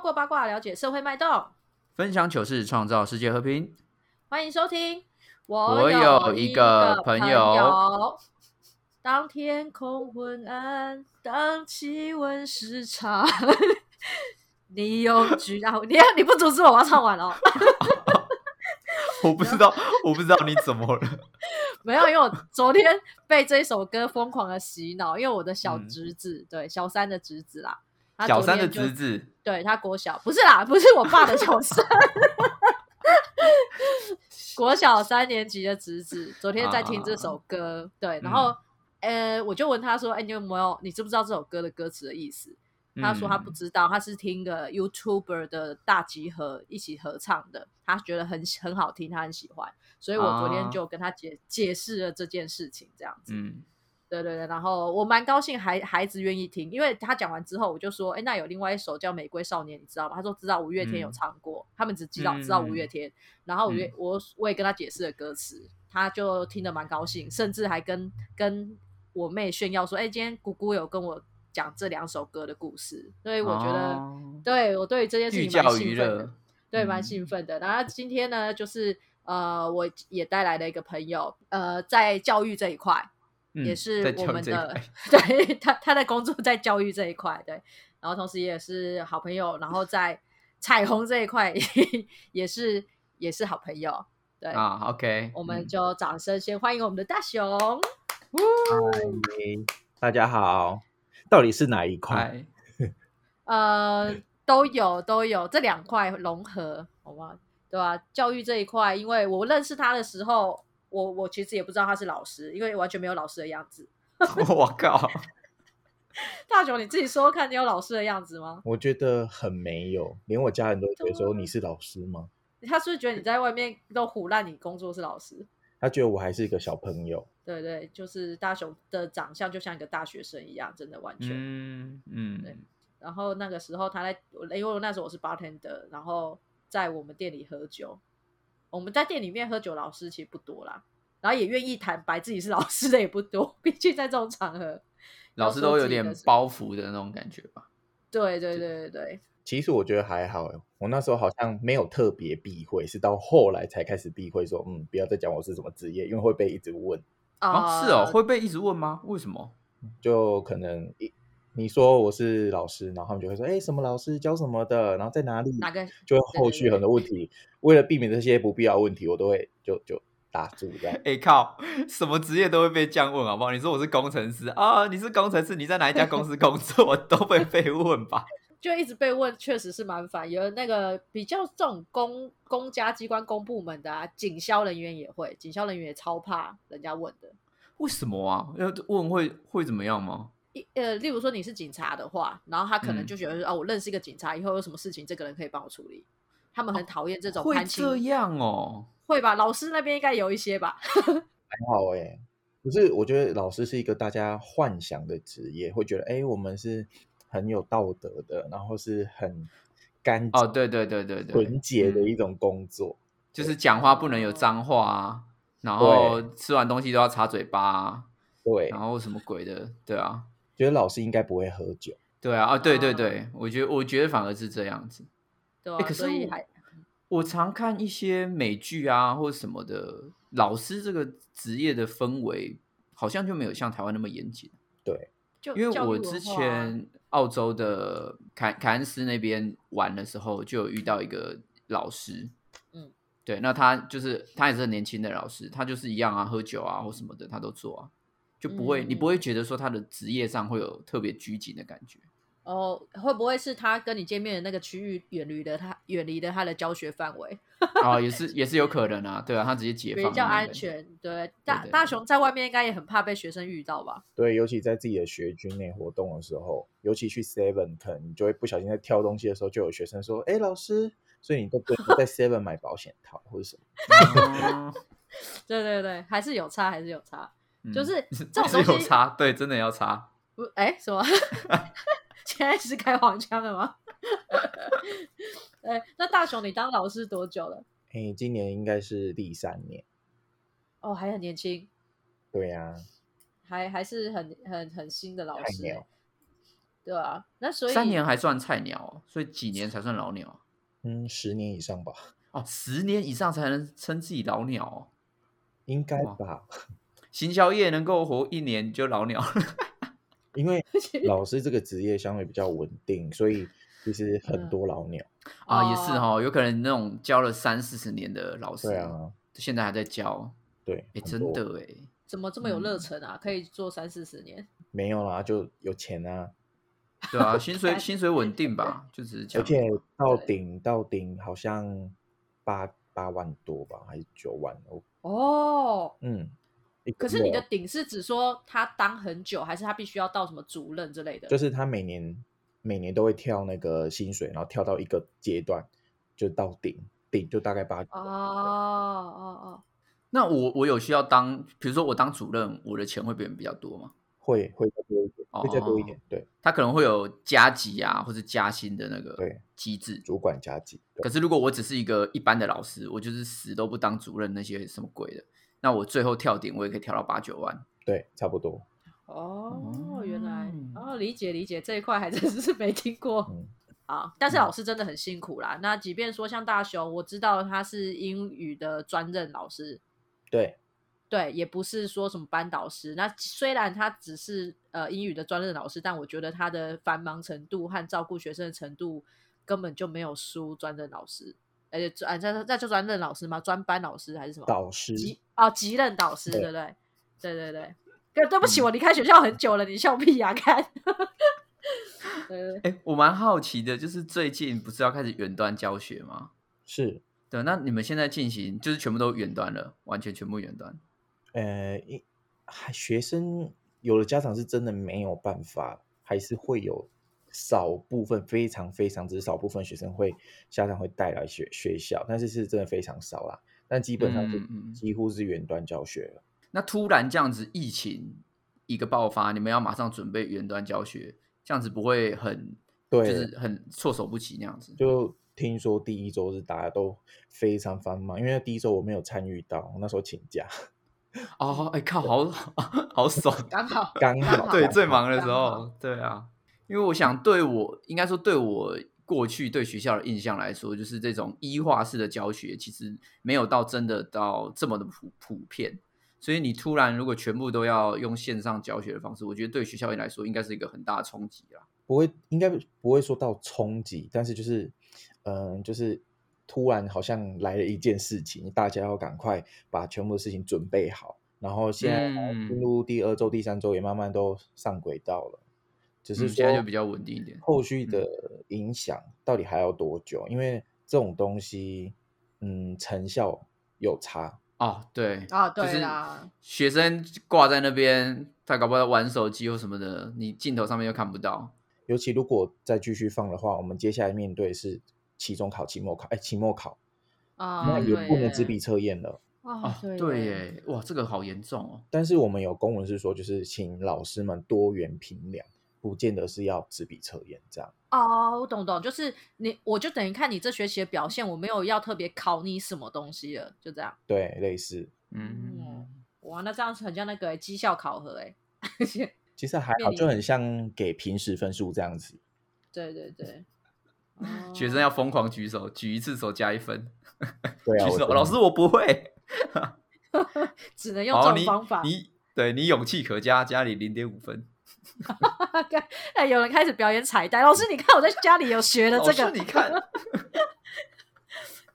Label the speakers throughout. Speaker 1: 过八卦了解社会脉动。
Speaker 2: 分享糗事，创造世界和平。
Speaker 1: 欢迎收听。
Speaker 2: 我有一
Speaker 1: 一
Speaker 2: 个
Speaker 1: 个
Speaker 2: 朋
Speaker 1: 朋
Speaker 2: 友。
Speaker 1: 当天空昏暗，当气温失常， 你用巨大，你你不阻止我，我要唱完了。
Speaker 2: 我不知道，我不知道你怎么了。
Speaker 1: 没有，因为我昨天被这首歌疯狂的洗脑，因为我的小
Speaker 2: 嗯
Speaker 1: 侄子，对小三的侄子啦，他
Speaker 2: 小
Speaker 1: 昨
Speaker 2: 三的
Speaker 1: 天就
Speaker 2: 侄子，
Speaker 1: 对他国小不是啦，不是我爸的小三，国小三年级的侄子，昨天在听这首歌，对，然后、呃，我就问他说，哎、你有没有，你知不知道这首歌的歌词的意思？他说
Speaker 2: 嗯
Speaker 1: 他不知道，他是听个 YouTuber 的大集合一起合唱的，他觉得很很好听，他很喜欢，所以我昨
Speaker 2: 啊
Speaker 1: 天就跟他解、解释了这件事情，这样子。
Speaker 2: 嗯，
Speaker 1: 对对对，然后我蛮高兴孩孩子愿意听，因为他讲完之后，我就说，哎，那有另外一首叫《玫瑰少年》，你知道吗？他说知道五月天有
Speaker 2: 嗯
Speaker 1: 唱过，他们只知道、知道五月
Speaker 2: 嗯
Speaker 1: 天，然后五月、
Speaker 2: 嗯
Speaker 1: 我我也跟他解释了歌词，他就听得蛮高兴，甚至还跟跟我妹炫耀说，哎，今天姑姑有跟我讲这两首歌的故事，所以我觉得，
Speaker 2: 哦
Speaker 1: 对我对于这件事
Speaker 2: 寓
Speaker 1: 情蛮
Speaker 2: 教
Speaker 1: 兴
Speaker 2: 于
Speaker 1: 奋的。
Speaker 2: 乐，
Speaker 1: 对，蛮
Speaker 2: 嗯
Speaker 1: 兴奋的。然后今天呢，就是呃，我也带来了一个朋友，呃，在教育这一块，也
Speaker 2: 嗯
Speaker 1: 是
Speaker 2: 在
Speaker 1: 我
Speaker 2: 教
Speaker 1: 们
Speaker 2: 这一
Speaker 1: 的
Speaker 2: 块，
Speaker 1: 对他他的工作在教育这一块，对，然后同时也是好朋友，然后在彩虹这一块也 是也是好朋友，对，
Speaker 2: 啊。OK，
Speaker 1: 我们
Speaker 2: 嗯
Speaker 1: 就掌声先欢迎我们的大熊，
Speaker 3: 嗨，大家好，到底是哪一块？
Speaker 2: 嗨，
Speaker 1: 呃，都有都有这两块融合，好吗？对吧、教育这一块，因为我认识他的时候，我我其实也不知道他是老师，因为完全没有老师的样子。
Speaker 2: 我靠，
Speaker 1: 大雄，你自己说说看，你有老师的样子吗？
Speaker 3: 我觉得很没有，连我家人都觉得说
Speaker 1: 对啊
Speaker 3: 你是老师吗？
Speaker 1: 他是不是觉得你在外面都胡乱，你工作是老师？
Speaker 3: 他觉得我还是一个小朋友。
Speaker 1: 对对，就是大雄的长相就像一个大学生一样，真的完全。
Speaker 2: 嗯嗯，
Speaker 1: 然后那个时候他在，我因为我那时候我是 bartender，然后在我们店里喝酒，我们在店里面喝酒，老师其实不多啦，然后也愿意坦白自己是老师的也不多， 毕竟在这种场合，
Speaker 2: 老师都有点
Speaker 1: 要说自己的事
Speaker 2: 包袱的那种感觉吧？
Speaker 1: 对对对对对，
Speaker 3: 其实我觉得还好，欸我那时候好像没有特别避讳，是到后来才开始避讳说，嗯，不要再讲我是什么职业，因为会被一直问，
Speaker 2: 啊，
Speaker 1: 啊，
Speaker 2: 是哦，会被一直问吗？为什么？
Speaker 3: 就可能一你说我是老师，然后他们就会说，哎，什么老师教什么的，然后在哪里，
Speaker 1: 哪个
Speaker 3: 就会
Speaker 1: 对
Speaker 3: 后
Speaker 1: 对
Speaker 3: 续很多问题。为了避免这些不必要的问题，我都会就就打住这样。
Speaker 2: 哎、靠，什么职业都会被这样问，好不好？你说我是工程师啊，你是工程师，你在哪一家公司工作，我都会被问吧？
Speaker 1: 就一直被问，确实是蛮烦。有那个比较这种公公家机关、公部门的啊，警消人员也会，警消人员也超怕人家问的。
Speaker 2: 为什么啊？要问会会怎么样吗？
Speaker 1: 一呃，例如说你是警察的话，然后他可能
Speaker 2: 嗯
Speaker 1: 就觉得说、哦，我认识一个警察，以后有什么事情，这个人可以帮我处理。他们很讨厌这种
Speaker 2: 哦会
Speaker 1: 攀亲，
Speaker 2: 这样哦？
Speaker 1: 会吧？老师那边应该有一些吧？
Speaker 3: 还好哎、可是我觉得老师是一个大家幻想的职业，会觉得哎、诶我们是很有道德的，然后是很干净、
Speaker 2: 哦，对对对对对，
Speaker 3: 纯洁的
Speaker 2: 嗯
Speaker 3: 一种工作。
Speaker 2: 就是讲话不能有脏话啊，然后吃完东西都要擦嘴巴、啊，
Speaker 3: 对
Speaker 2: 然，后什么鬼的，对啊，
Speaker 3: 觉得老师应该不会喝酒。
Speaker 2: 对啊，啊，对对
Speaker 1: 啊
Speaker 2: 对，我觉得我觉得反而是这样子。
Speaker 1: 对啊、
Speaker 2: 哎，可是
Speaker 1: 所以
Speaker 2: 我
Speaker 1: 还
Speaker 2: 我常看一些美剧啊或什么的，老师这个职业的氛围好像就没有像台湾那么严谨。
Speaker 1: 就
Speaker 2: 因为
Speaker 1: 教育
Speaker 2: 我
Speaker 1: 文
Speaker 2: 之
Speaker 1: 化啊
Speaker 2: 前澳洲的凯凯恩斯那边玩的时候，就有遇到一个老师，
Speaker 1: 嗯，
Speaker 2: 对，那他就是他也是很年轻的老师，他就是一样啊，喝酒啊或什么的，他都做啊，就不会、你
Speaker 1: 嗯
Speaker 2: 不会觉得说他的职业上会有特别拘谨的感觉。
Speaker 1: 哦，会不会是他跟你见面的那个区域远离了他，远离了他的教学范围？
Speaker 2: 哦，也是也是有可能啊，对啊，他直接解
Speaker 1: 比
Speaker 2: 放
Speaker 1: 较
Speaker 2: 了那
Speaker 1: 安
Speaker 2: 个。
Speaker 1: 全。对，大
Speaker 2: 对
Speaker 1: 大
Speaker 2: 对
Speaker 1: 雄在外面应该也很怕被学生遇到吧？
Speaker 3: 对，尤其在自己的学区内活动的时候，尤其去 Seven，可能你就会不小心在挑东西的时候，就有学生说：“哎，老师，所以你都不能在 Seven 买保险套或者什么。
Speaker 2: 哦
Speaker 1: 对对对，还是有差，还是有差。
Speaker 2: 嗯
Speaker 1: 就是 这种
Speaker 2: 是
Speaker 1: 东
Speaker 2: 有
Speaker 1: 西
Speaker 2: 差，对，真的要差。
Speaker 1: 不，哎，什么？ 现在是开黄腔了吗？ 哎，那大雄，你当老师多久了？”
Speaker 3: 哎，今年应该是第三年。
Speaker 1: 哦，还很年轻，
Speaker 3: 对呀、啊
Speaker 1: 还还是很很很新的老
Speaker 3: 菜
Speaker 1: 师哦
Speaker 3: 鸟。
Speaker 1: 对啊，那所以
Speaker 2: 三年还算菜鸟、哦，所以几年才算老鸟啊、
Speaker 3: 嗯，十年以上吧，
Speaker 2: 哦，十年以上才能称自己老鸟哦。
Speaker 3: 应该
Speaker 2: 哇
Speaker 3: 吧？
Speaker 2: 行销业能够活一年就老鸟了，
Speaker 3: 因为老师这个职业相对比较稳定，所以其 实
Speaker 1: 嗯
Speaker 3: 很多老鸟。
Speaker 2: 啊，也是哦，有可能那种教了三四十年的老师，
Speaker 3: 对啊，
Speaker 2: 现在还在教，
Speaker 3: 对，
Speaker 2: 哎，
Speaker 3: 很
Speaker 2: 真
Speaker 3: 多
Speaker 2: 的哎，
Speaker 1: 怎么这么有热忱
Speaker 2: 嗯
Speaker 1: 啊？可以做三四十年，
Speaker 3: 没有啦，就有钱啊，
Speaker 2: 对啊，薪水薪水稳定吧，就只是这
Speaker 3: 而
Speaker 2: 样，
Speaker 3: 且到
Speaker 1: 对
Speaker 3: 顶到顶好像八八万多吧，还是九万？我
Speaker 1: 哦。
Speaker 3: 嗯，一
Speaker 1: 可
Speaker 3: 个
Speaker 1: 是你的
Speaker 3: 月
Speaker 1: 顶是指说他当很久，还是他必须要到什么主任之类的？
Speaker 3: 就是他每年每年都会跳那个薪水，然后跳到一个阶段就到顶，顶就大概八
Speaker 1: 哦哦
Speaker 2: 那我我有需要当，比如说我当主任，我的钱会变得比较多吗？
Speaker 3: 会会再多一点，会再多一
Speaker 2: 哦
Speaker 3: 点，对
Speaker 2: 他可能会有加级啊，或者加薪的那
Speaker 1: 呃
Speaker 2: 个
Speaker 3: 对，
Speaker 2: 机制。
Speaker 3: 主管加级，对
Speaker 2: 可是如果我只是一个一般的老师，我就是死都不当主任那些什么鬼的，那我最后跳顶我也可以跳到八九万。
Speaker 3: 对，差不多，
Speaker 1: 哦哦，原来
Speaker 2: 嗯
Speaker 1: 哦，理解理解这一块还真是没听过。
Speaker 3: 嗯，
Speaker 1: 啊，但是老师真的很辛苦啦。那即便说像大雄，我知道他是英语的专任老师，
Speaker 3: 对，
Speaker 1: 对，也不是说什么班导师。那虽然他只是呃英语的专任老师，但我觉得他的繁忙程度和照顾学生的程度根本就没有输专任老师，而且专那那就专任老师吗？专班老师还是什么？
Speaker 3: 导师
Speaker 1: 级哦，级任导师，
Speaker 3: 对嗯
Speaker 1: 对不对？对对对。对，对不起，我离开学校很久了，你笑屁呀、看。 对对对
Speaker 2: 哎，我蛮好奇的，就是最近不是要开始远端教学吗？
Speaker 3: 是，
Speaker 2: 对，那你们现在进行就是全部都远端了，完全全部远端。
Speaker 3: 呃，一还学生有的家长是真的没有办法，还是会有少部分非常非常之少部分学生会家长会带来学学校，但是是真的非常少啦。但基本上是
Speaker 2: 嗯嗯
Speaker 3: 几乎是远端教学了。
Speaker 2: 那突然这样子疫情一个爆发，你们要马上准备远端教学，这样子不会很就
Speaker 3: 对，
Speaker 2: 是很措手不及那样子？
Speaker 3: 就听说第一周是大家都非常繁忙，因为第一周我没有参与到，我那时候请假，
Speaker 2: 哦，哎、靠，好 好爽！
Speaker 1: 刚好
Speaker 3: 刚
Speaker 1: 刚
Speaker 3: 好
Speaker 1: 好
Speaker 2: 对，
Speaker 3: 刚
Speaker 2: 最忙的
Speaker 1: 刚
Speaker 2: 时
Speaker 1: 好
Speaker 2: 候，对啊，因为我想对我应该说对我过去对学校的印象来说，就是这种一化式的教学其实没有到真的到这么的普普遍，所以你突然如果全部都要用线上教学的方式，我觉得对学校来说应该是一个很大的冲击啦。
Speaker 3: 不会，应该不会说到冲击，但是就是，嗯、就是突然好像来了一件事情，大家要赶快把全部的事情准备好，然后现在
Speaker 2: 嗯
Speaker 3: 进入第二周、第三周也慢慢都上轨道了，只是
Speaker 2: 嗯
Speaker 3: 说、
Speaker 2: 现在就比较稳定一嗯点
Speaker 3: 后续的影响到底还要多久？因为这种东西，嗯，成效有差，
Speaker 2: 哦，对，
Speaker 1: 啊，
Speaker 2: 就
Speaker 1: 对
Speaker 2: 是
Speaker 1: 啦，
Speaker 2: 学生挂在那边，他搞不好在玩手机或什么的，你镜头上面又看不到。
Speaker 3: 尤其如果再继续放的话，我们接下来面对是期中考、期末考，哎，期末考，
Speaker 1: 啊，
Speaker 3: 那也
Speaker 1: 对
Speaker 3: 不能
Speaker 1: 耶
Speaker 3: 纸笔测验了。
Speaker 1: 啊
Speaker 2: 哦，，
Speaker 1: 对
Speaker 2: 对
Speaker 1: 耶，
Speaker 2: 耶，哇，这个好严重哦。
Speaker 3: 但是我们有公文是说，就是请老师们多元评量，不见得是要纸笔测验这样。
Speaker 1: 哦，我懂懂，就是你，我就等于看你这学期的表现，我没有要特别考你什么东西了，就这样。
Speaker 3: 对，类似，
Speaker 2: 嗯
Speaker 1: 嗯，哇，那这样很像那个耶绩效考核，哎， 对
Speaker 3: 其实还好，就很像给平时分数这样子。
Speaker 1: 对对，哦
Speaker 2: 学生要疯狂举手，举一次手加一分。
Speaker 3: 对
Speaker 2: 举
Speaker 3: 啊，我
Speaker 2: 手，
Speaker 3: 真的
Speaker 2: 老师我不会。
Speaker 1: 哦只能用
Speaker 2: 好，
Speaker 1: 这种
Speaker 2: 你
Speaker 1: 方法。
Speaker 2: 你对你勇气可嘉，加你零点五分。
Speaker 1: 哎，有人开始表演彩带，老师，你看我在家里有学了
Speaker 2: 老
Speaker 1: 这
Speaker 2: 师
Speaker 1: 个，
Speaker 2: 你 看，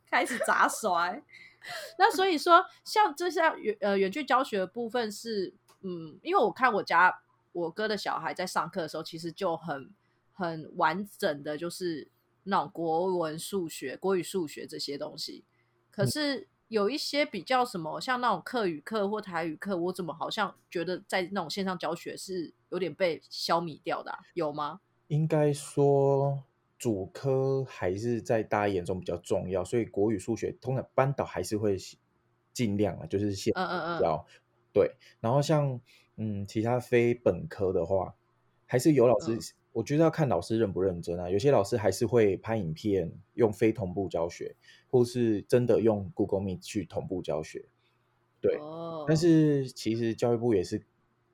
Speaker 1: 开始杂耍。 那所以说，像这项远呃远距教学的部分是，嗯，因为我看我家我哥的小孩在上课的时候，其实就很很完整的，就是那种国文、数学、国语、数学这些东西。可是有一些比较什么，像那种课语课或台语课，我怎么好像觉得在那种线上教学是有点被消弭掉的啊、有吗？
Speaker 3: 应该说主科还是在大家眼中比较重要，所以国语、数学通常班导还是会希尽量啊，就是先
Speaker 1: 嗯嗯嗯
Speaker 3: 教。对，然后像嗯其他非本科的话，还是有老师，
Speaker 1: 嗯
Speaker 3: 我觉得要看老师认不认真啊。有些老师还是会拍影片，用非同步教学，或是真的用 Google Meet 去同步教学。对
Speaker 1: 哦，
Speaker 2: 嗯
Speaker 3: 但是其实教育部也是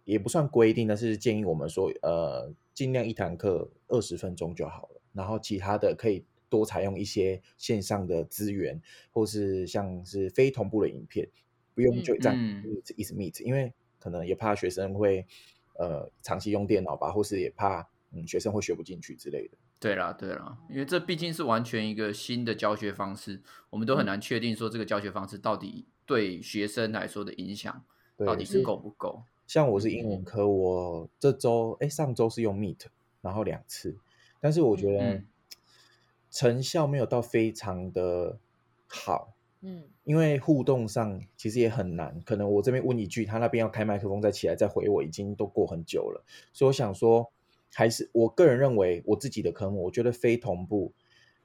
Speaker 3: 也不算规定，但是建议我们说，呃，尽量一堂课二十分钟就好了，然后其他的可以多采用一些线上的资源，或是像是非同步的影片，不用就这样
Speaker 2: 嗯
Speaker 3: 一直 meet，、因为可能也怕学生会呃长期用电脑吧，或是也怕嗯学生会学不进去之类的。
Speaker 2: 对啦，对啦，因为这毕竟是完全一个新的教学方式，我们都
Speaker 1: 嗯
Speaker 2: 很难确定说这个教学方式到底对学生来说的影响
Speaker 3: 对，
Speaker 2: 到底是嗯
Speaker 1: 是
Speaker 2: 够不够。
Speaker 3: 像我是英文科，我这周哎上周是用 Meet，然后两次，但是我觉得
Speaker 2: 嗯
Speaker 3: 成效没有到非常的好，
Speaker 1: 嗯，
Speaker 3: 因为互动上其实也很难。可能我这边问一句，他那边要开麦克风再起来再回我，已经都过很久了，所以我想说，还是我个人认为我自己的科目，我觉得非同步，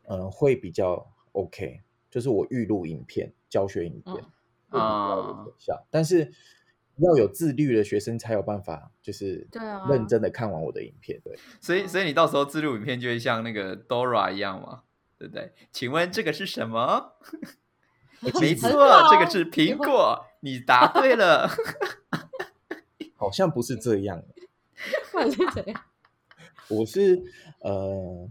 Speaker 3: 嗯、会比较 OK，就是我预录影片教学影片。
Speaker 1: 嗯啊
Speaker 3: 会比较有成效。但是要有自律的学生才有办法，就是
Speaker 1: 对啊
Speaker 3: 认真的看完我的影片。对，
Speaker 2: 所以，所以你到时候自录影片就会像那个 Dora 一样嘛，对不对？请问这个是什么？没错
Speaker 1: 很好，
Speaker 2: 哎这个是苹果，你答对了。
Speaker 3: 好像不是这样。
Speaker 1: 看是怎样？
Speaker 3: 我是呃，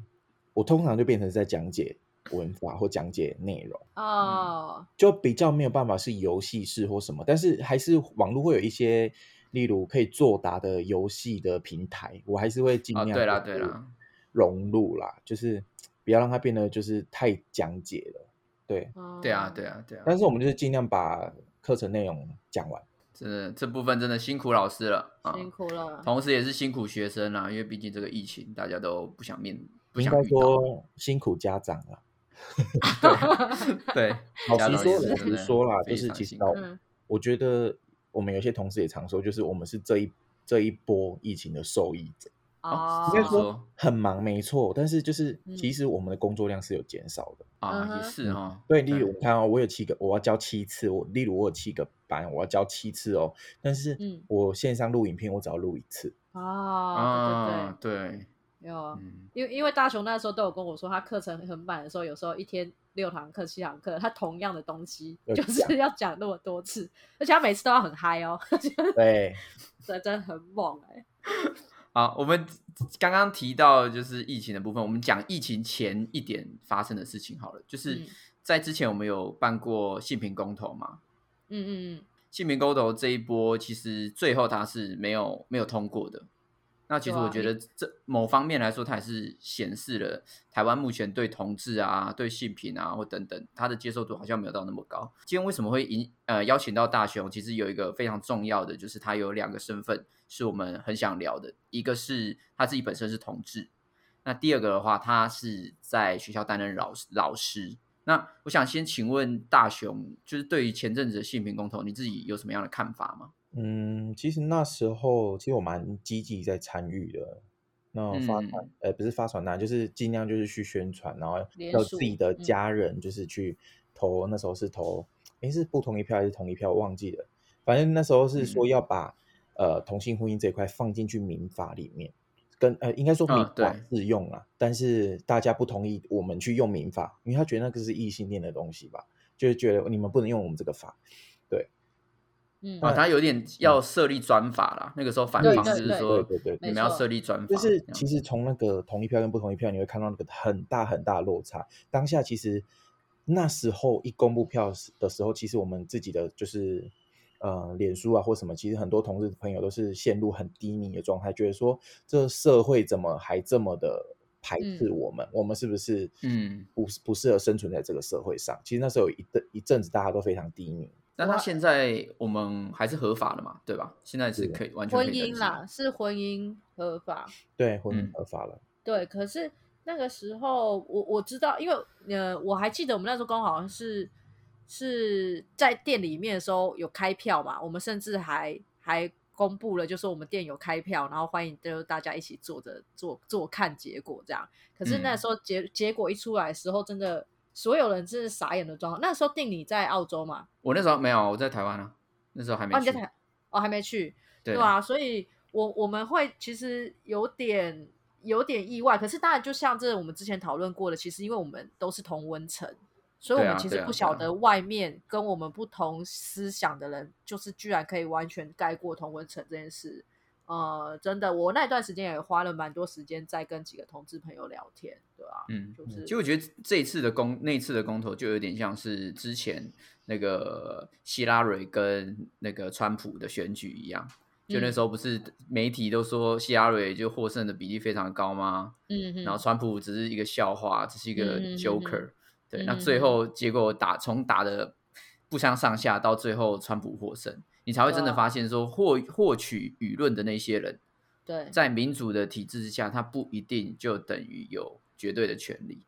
Speaker 3: 我通常就变成在讲解文法或讲解内容，
Speaker 1: 哦，
Speaker 3: 就比较没有办法是游戏式或什么，但是还是网络会有一些。例如可以作答的游戏的平台，我还是会尽
Speaker 2: 哦，
Speaker 3: 量、
Speaker 2: 对啦，对啦，，
Speaker 3: 融入啦，就是不要让它变得就是太讲解了，对，
Speaker 1: 哦
Speaker 2: 对啊，对啊，对啊。
Speaker 3: 但是我们就是尽量把课程内容讲完。
Speaker 2: 真的这部分真的辛苦老师了啊，
Speaker 1: 辛苦了。
Speaker 2: 同时也是辛苦学生啊啦，因为毕竟这个疫情大家都不想面，不
Speaker 3: 应
Speaker 2: 想
Speaker 3: 该
Speaker 2: 遇到。
Speaker 3: 说辛苦家长了。
Speaker 2: 对，
Speaker 3: 老
Speaker 2: 家长
Speaker 3: 实说，
Speaker 2: 也是
Speaker 3: 老
Speaker 2: 真
Speaker 3: 实
Speaker 2: 的
Speaker 3: 说啦，
Speaker 2: 非
Speaker 3: 就是
Speaker 2: 常
Speaker 3: 其实
Speaker 2: 辛
Speaker 3: 到
Speaker 2: 苦
Speaker 1: 嗯
Speaker 3: 我觉得我们有些同事也常说，就是我们是这一这一波疫情的受益者，
Speaker 1: 哦，
Speaker 2: 应
Speaker 3: 应
Speaker 2: 该
Speaker 3: 该
Speaker 2: 说
Speaker 3: 说很忙没错，但是就是
Speaker 1: 嗯
Speaker 3: 其实我们的工作量是有减少的。
Speaker 1: 嗯
Speaker 2: 啊，
Speaker 1: 哼
Speaker 2: 也是哦。
Speaker 3: 对，例如我看哦，我有七个，我要教七次，我例如我有七个班，我要教七次哦，但是
Speaker 1: 嗯
Speaker 3: 我线上录影片，我只要录一次。
Speaker 1: 哦，
Speaker 2: 啊，对，
Speaker 1: 对对对，有。
Speaker 2: 嗯，
Speaker 1: 因为因为大雄那时候都有跟我说，他课程很满的时候，有时候一天六堂课、七堂课，他同样的东西
Speaker 3: 要
Speaker 1: 就
Speaker 3: 讲
Speaker 1: 是要讲那么多次，而且他每次都要很嗨哦，
Speaker 3: 对，
Speaker 1: 这真的很猛哎、
Speaker 2: 好，我们刚刚提到就是疫情的部分，我们讲疫情前一点发生的事情好了，就是
Speaker 1: 嗯
Speaker 2: 在之前我们有办过性平公投嘛，
Speaker 1: 嗯嗯嗯，
Speaker 2: 性平公投这一波，其实最后它是没有没有通过的。那其实
Speaker 1: 对啊
Speaker 2: 我觉得这某方面来说，它也是显示了台湾目前对同志啊、对性平啊或等等，它的接受度好像没有到那么高。今天为什么会引呃邀请到大雄？其实有一个非常重要的，就是他有两个身份是我们很想聊的，一个是他自己本身是同志，那第二个的话，他是在学校担任老师老师。那我想先请问大雄，就是对于前阵子的性平公投，你自己有什么样的看法吗？
Speaker 3: 嗯，其实那时候其实我蛮积极在参与的，那发传、
Speaker 2: 嗯
Speaker 3: 呃不是发传单，就是尽量就是去宣传，然后
Speaker 1: 联
Speaker 3: 要自己
Speaker 1: 署
Speaker 3: 的
Speaker 1: 嗯
Speaker 3: 家人就是去投，那时候是投，诶是不同意票还是同意票，我忘记了，反正那时候是说
Speaker 2: 嗯
Speaker 3: 要把、呃同性婚姻这一块放进去民法里面，跟呃应该说
Speaker 2: 啊
Speaker 3: 民法
Speaker 2: 对
Speaker 3: 适用啊，但是大家不同意我们去用民法，因为他觉得那个是异性恋的东西吧，就是觉得你们不能用我们这个法，
Speaker 1: 嗯，
Speaker 2: 啊，他有点要设立专法啦。那个时候反
Speaker 1: 对
Speaker 2: 方
Speaker 1: 对
Speaker 2: 就是
Speaker 1: 对
Speaker 2: 说
Speaker 3: 对，对对对
Speaker 2: 你们要设立专法，
Speaker 3: 就是
Speaker 2: 这样
Speaker 3: 其实从那个同意票跟不同意票，你会看到那个很大很大的落差。当下其实那时候一公布票时的时候，其实我们自己的就是呃脸书啊或什么，其实很多同志朋友都是陷入很低迷的状态，觉得说这社会怎么还这么的排斥
Speaker 1: 嗯
Speaker 3: 我们？我们是不是
Speaker 2: 嗯
Speaker 3: 不不适合生存在这个社会上？其实那时候有一阵一阵子大家都非常低迷，
Speaker 2: 但他现在我们还是合法的嘛，对吧？现在是
Speaker 3: 是
Speaker 2: 可以完全可
Speaker 1: 婚
Speaker 2: 以登
Speaker 1: 姻
Speaker 2: 记
Speaker 1: 啦，是婚姻合法，
Speaker 3: 对婚
Speaker 2: 嗯
Speaker 3: 姻合法了。
Speaker 1: 对，可是那个时候我我知道，因为呃，我还记得我们那时候刚好好像是是在店里面的时候有开票嘛，我们甚至还还公布了，就说我们店有开票，然后欢迎就是大家一起坐着坐坐看结果这样。可是那
Speaker 2: 嗯
Speaker 1: 时候结、结果一出来的时候，真的所有人真是傻眼的状况。那时候定你在澳洲嘛，
Speaker 2: 我那时候没有，我在台湾啊，那时候还没
Speaker 1: 哦你
Speaker 2: 去。
Speaker 1: 在台，哦还没去，
Speaker 2: 对
Speaker 1: 对啊，所以我我们会其实有点有点意外，可是当然就像这我们之前讨论过的，其实因为我们都是同温层，所以我
Speaker 2: 对啊
Speaker 1: 们其
Speaker 2: 对
Speaker 1: 实
Speaker 2: 啊
Speaker 1: 不
Speaker 2: 对
Speaker 1: 晓
Speaker 2: 啊
Speaker 1: 得外面跟我们不同思想的人，就是居然可以完全盖过同温层这件事。呃，真的，我那段时间也花了蛮多时间在跟几个同志朋友聊天，对吧、
Speaker 2: 嗯，
Speaker 1: 就是
Speaker 2: 其实我觉得这一次的公那一次的公投就有点像是之前那个希拉蕊跟那个川普的选举一样，就
Speaker 1: 嗯
Speaker 2: 那时候不是媒体都说希拉蕊就获胜的比例非常高吗？
Speaker 1: 嗯哼
Speaker 2: 然后川普只是一个笑话，只是一个
Speaker 1: 嗯嗯嗯
Speaker 2: joker、对，
Speaker 1: 嗯
Speaker 2: 那最后结果打从打的不相上下，到最后川普获胜，你才会真的
Speaker 1: 对啊
Speaker 2: 发现说获获取舆论的那些人，
Speaker 1: 对，
Speaker 2: 在民主的体制之下，他不一定就等于有绝对的权利。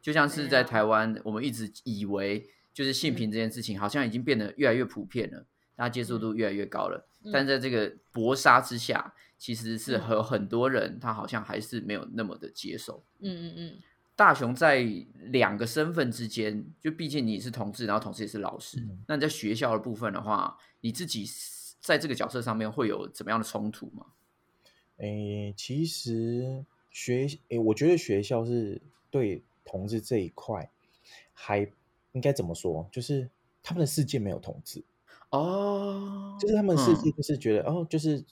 Speaker 2: 就像是在
Speaker 1: 对啊嗯
Speaker 2: 台湾，我们一直以为就是性平这件事情，好像已经变得越来越普遍了，大家接受度越来越高了。
Speaker 1: 嗯
Speaker 2: 但在这个搏杀之下，其实是
Speaker 1: 嗯
Speaker 2: 和很多人他好像还是没有那么的接受。
Speaker 1: 嗯嗯嗯，
Speaker 2: 大雄在两个身份之间，就毕竟你是同志，然后同时也是老师。
Speaker 3: 嗯
Speaker 2: 那你在学校的部分的话，你自己在这个角色上面会有怎么样的冲突吗？
Speaker 3: 诶，其实学，诶，我觉得学校是对同志这一块还应该怎么说？就是他们的世界没有同志，
Speaker 2: 哦，
Speaker 3: 就是他们世界
Speaker 2: 嗯
Speaker 3: 就是觉得、哦，就是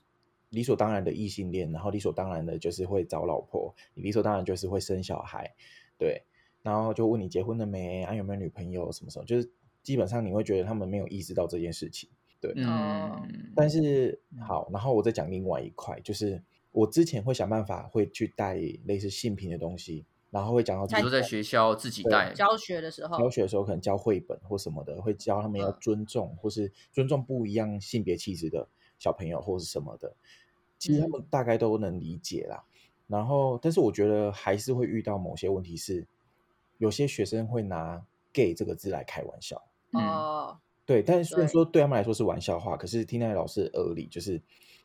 Speaker 3: 理所当然的异性恋，然后理所当然的就是会找老婆，你理所当然就是会生小孩，对，然后就问你结婚了没啊，有没有女朋友什么什么，就是基本上你会觉得他们没有意识到这件事情。
Speaker 1: 哦
Speaker 2: 嗯，
Speaker 3: 但是
Speaker 2: 嗯
Speaker 3: 好，然后我再讲另外一块，就是我之前会想办法会去带类似性平的东西，然后会讲到
Speaker 2: 你说在学校自己带，
Speaker 1: 教学的时候，
Speaker 3: 教学的时候可能教绘本或什么的，会教他们要
Speaker 1: 嗯
Speaker 3: 尊重，或是尊重不一样性别气质的小朋友或是什么的。其实他
Speaker 1: 嗯
Speaker 3: 们大概都能理解啦。然后，但是我觉得还是会遇到某些问题是，有些学生会拿 “gay” 这个字来开玩笑。
Speaker 2: 嗯
Speaker 1: 哦，
Speaker 3: 对，但是虽然
Speaker 1: 对
Speaker 3: 说对他们来说是玩笑话，可是听在老师的耳里就是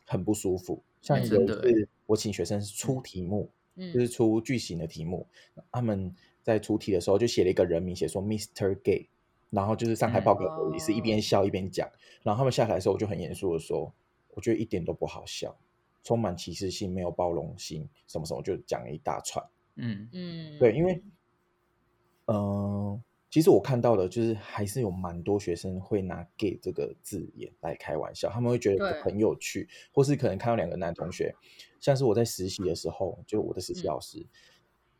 Speaker 3: 很不舒服。像
Speaker 2: 哎
Speaker 3: 有
Speaker 2: 真
Speaker 3: 一
Speaker 2: 的
Speaker 3: 次我请学生出题目，就
Speaker 1: 嗯
Speaker 3: 是出句型的题目，他们在出题的时候就写了一个人名，写说 Mr. Gay，然后就是上台
Speaker 2: 嗯
Speaker 3: 报告我也是一边
Speaker 1: 哦
Speaker 3: 笑一边讲，然后他们下台的时候我就很严肃的说，我觉得一点都不好笑，充满歧视性，没有包容性，什么什么就讲了一大串。
Speaker 2: 嗯
Speaker 1: 嗯，
Speaker 3: 对，因为，嗯、其实我看到的就是还是有蛮多学生会拿 “gay” 这个字眼来开玩笑，他们会觉得
Speaker 1: 对
Speaker 3: 很有趣，或是可能看到两个男同学，像是我在实习的时候，就我的实习
Speaker 1: 嗯
Speaker 3: 老师。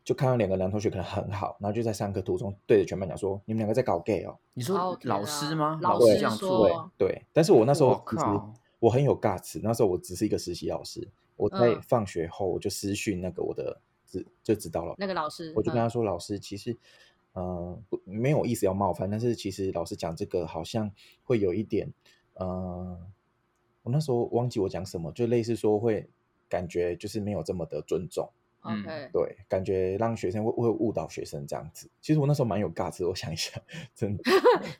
Speaker 3: 就看到两个男同学可能很好，然后就在上课途中对着全班讲说：“你们两个在搞 gay 哦。
Speaker 2: 你
Speaker 1: 哦
Speaker 2: 说
Speaker 1: 天
Speaker 2: 老
Speaker 1: 啊
Speaker 2: 师吗？
Speaker 1: 老
Speaker 2: 师
Speaker 3: 师
Speaker 2: 这样
Speaker 1: 说
Speaker 2: 做，
Speaker 1: 哦
Speaker 3: 对对，但是我那时候
Speaker 2: 我
Speaker 3: 其实
Speaker 2: 靠
Speaker 3: 我很有 guts，那时候我只是一个实习老师，我在
Speaker 1: 嗯
Speaker 3: 放学后我就私讯那个我的指就指导老师
Speaker 1: 那个老师，
Speaker 3: 我就
Speaker 1: 嗯
Speaker 3: 跟他说：“老师，其实，呃，不没有意思要冒犯，但是其实老师讲这个好像会有一点，呃，我那时候忘记我讲什么，就类似说会感觉就是没有这么的尊重，
Speaker 2: 嗯
Speaker 1: OK，
Speaker 3: 对，感觉让学生会会误导学生这样子。其实我那时候蛮有尬词，我想一下， 真的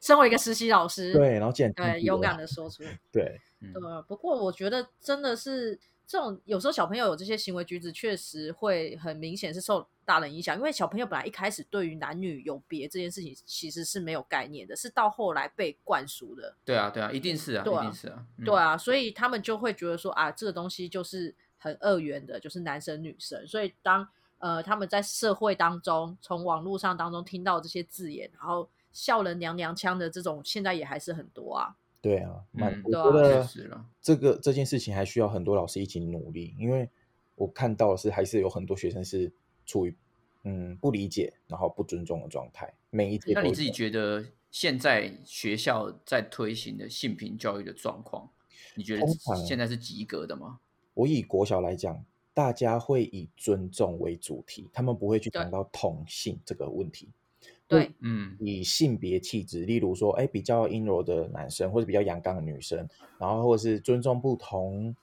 Speaker 1: 身为一个实习老师，
Speaker 3: 对，然后竟然
Speaker 1: 嗯对，勇敢的说出，
Speaker 3: 对，
Speaker 2: 嗯
Speaker 1: 对，啊不过我觉得真的是这种，有时候小朋友有这些行为举止，确实会很明显是受大人影响，因为小朋友本来一开始对于男女有别这件事情其实是没有概念的，是到后来被灌输的。
Speaker 2: 对啊，对啊，一定是啊，
Speaker 1: 对
Speaker 2: 一
Speaker 1: 啊
Speaker 2: 定是啊，嗯
Speaker 1: 对，啊，所以他们就会觉得说啊，这个东西就是很二元的，就是男生女生。所以当呃他们在社会当中，从网络上当中听到这些字眼，然后笑人娘娘腔的这种，现在也还是很多啊。
Speaker 3: 对啊，蛮、
Speaker 2: 嗯
Speaker 3: 我
Speaker 1: 对
Speaker 3: 觉
Speaker 1: 啊
Speaker 2: 确
Speaker 3: 得
Speaker 2: 实了，
Speaker 3: 这个这件事情还需要很多老师一起努力，因为我看到的是还是有很多学生是处于嗯不理解然后不尊重的状态，每一节
Speaker 2: 那
Speaker 3: 都
Speaker 2: 你
Speaker 3: 有
Speaker 2: 自己觉得现在学校在推行的性平教育的状况，你觉得
Speaker 3: 通常
Speaker 2: 现在是及格的吗？
Speaker 3: 我以国小来讲，大家会以尊重为主题，他们不会去
Speaker 1: 对
Speaker 3: 讲到同性这个问题，
Speaker 1: 对，
Speaker 2: 嗯
Speaker 3: 以性别气质，例如说，哎，比较阴柔的男生，或者比较阳刚的女生，然后或者是尊重不同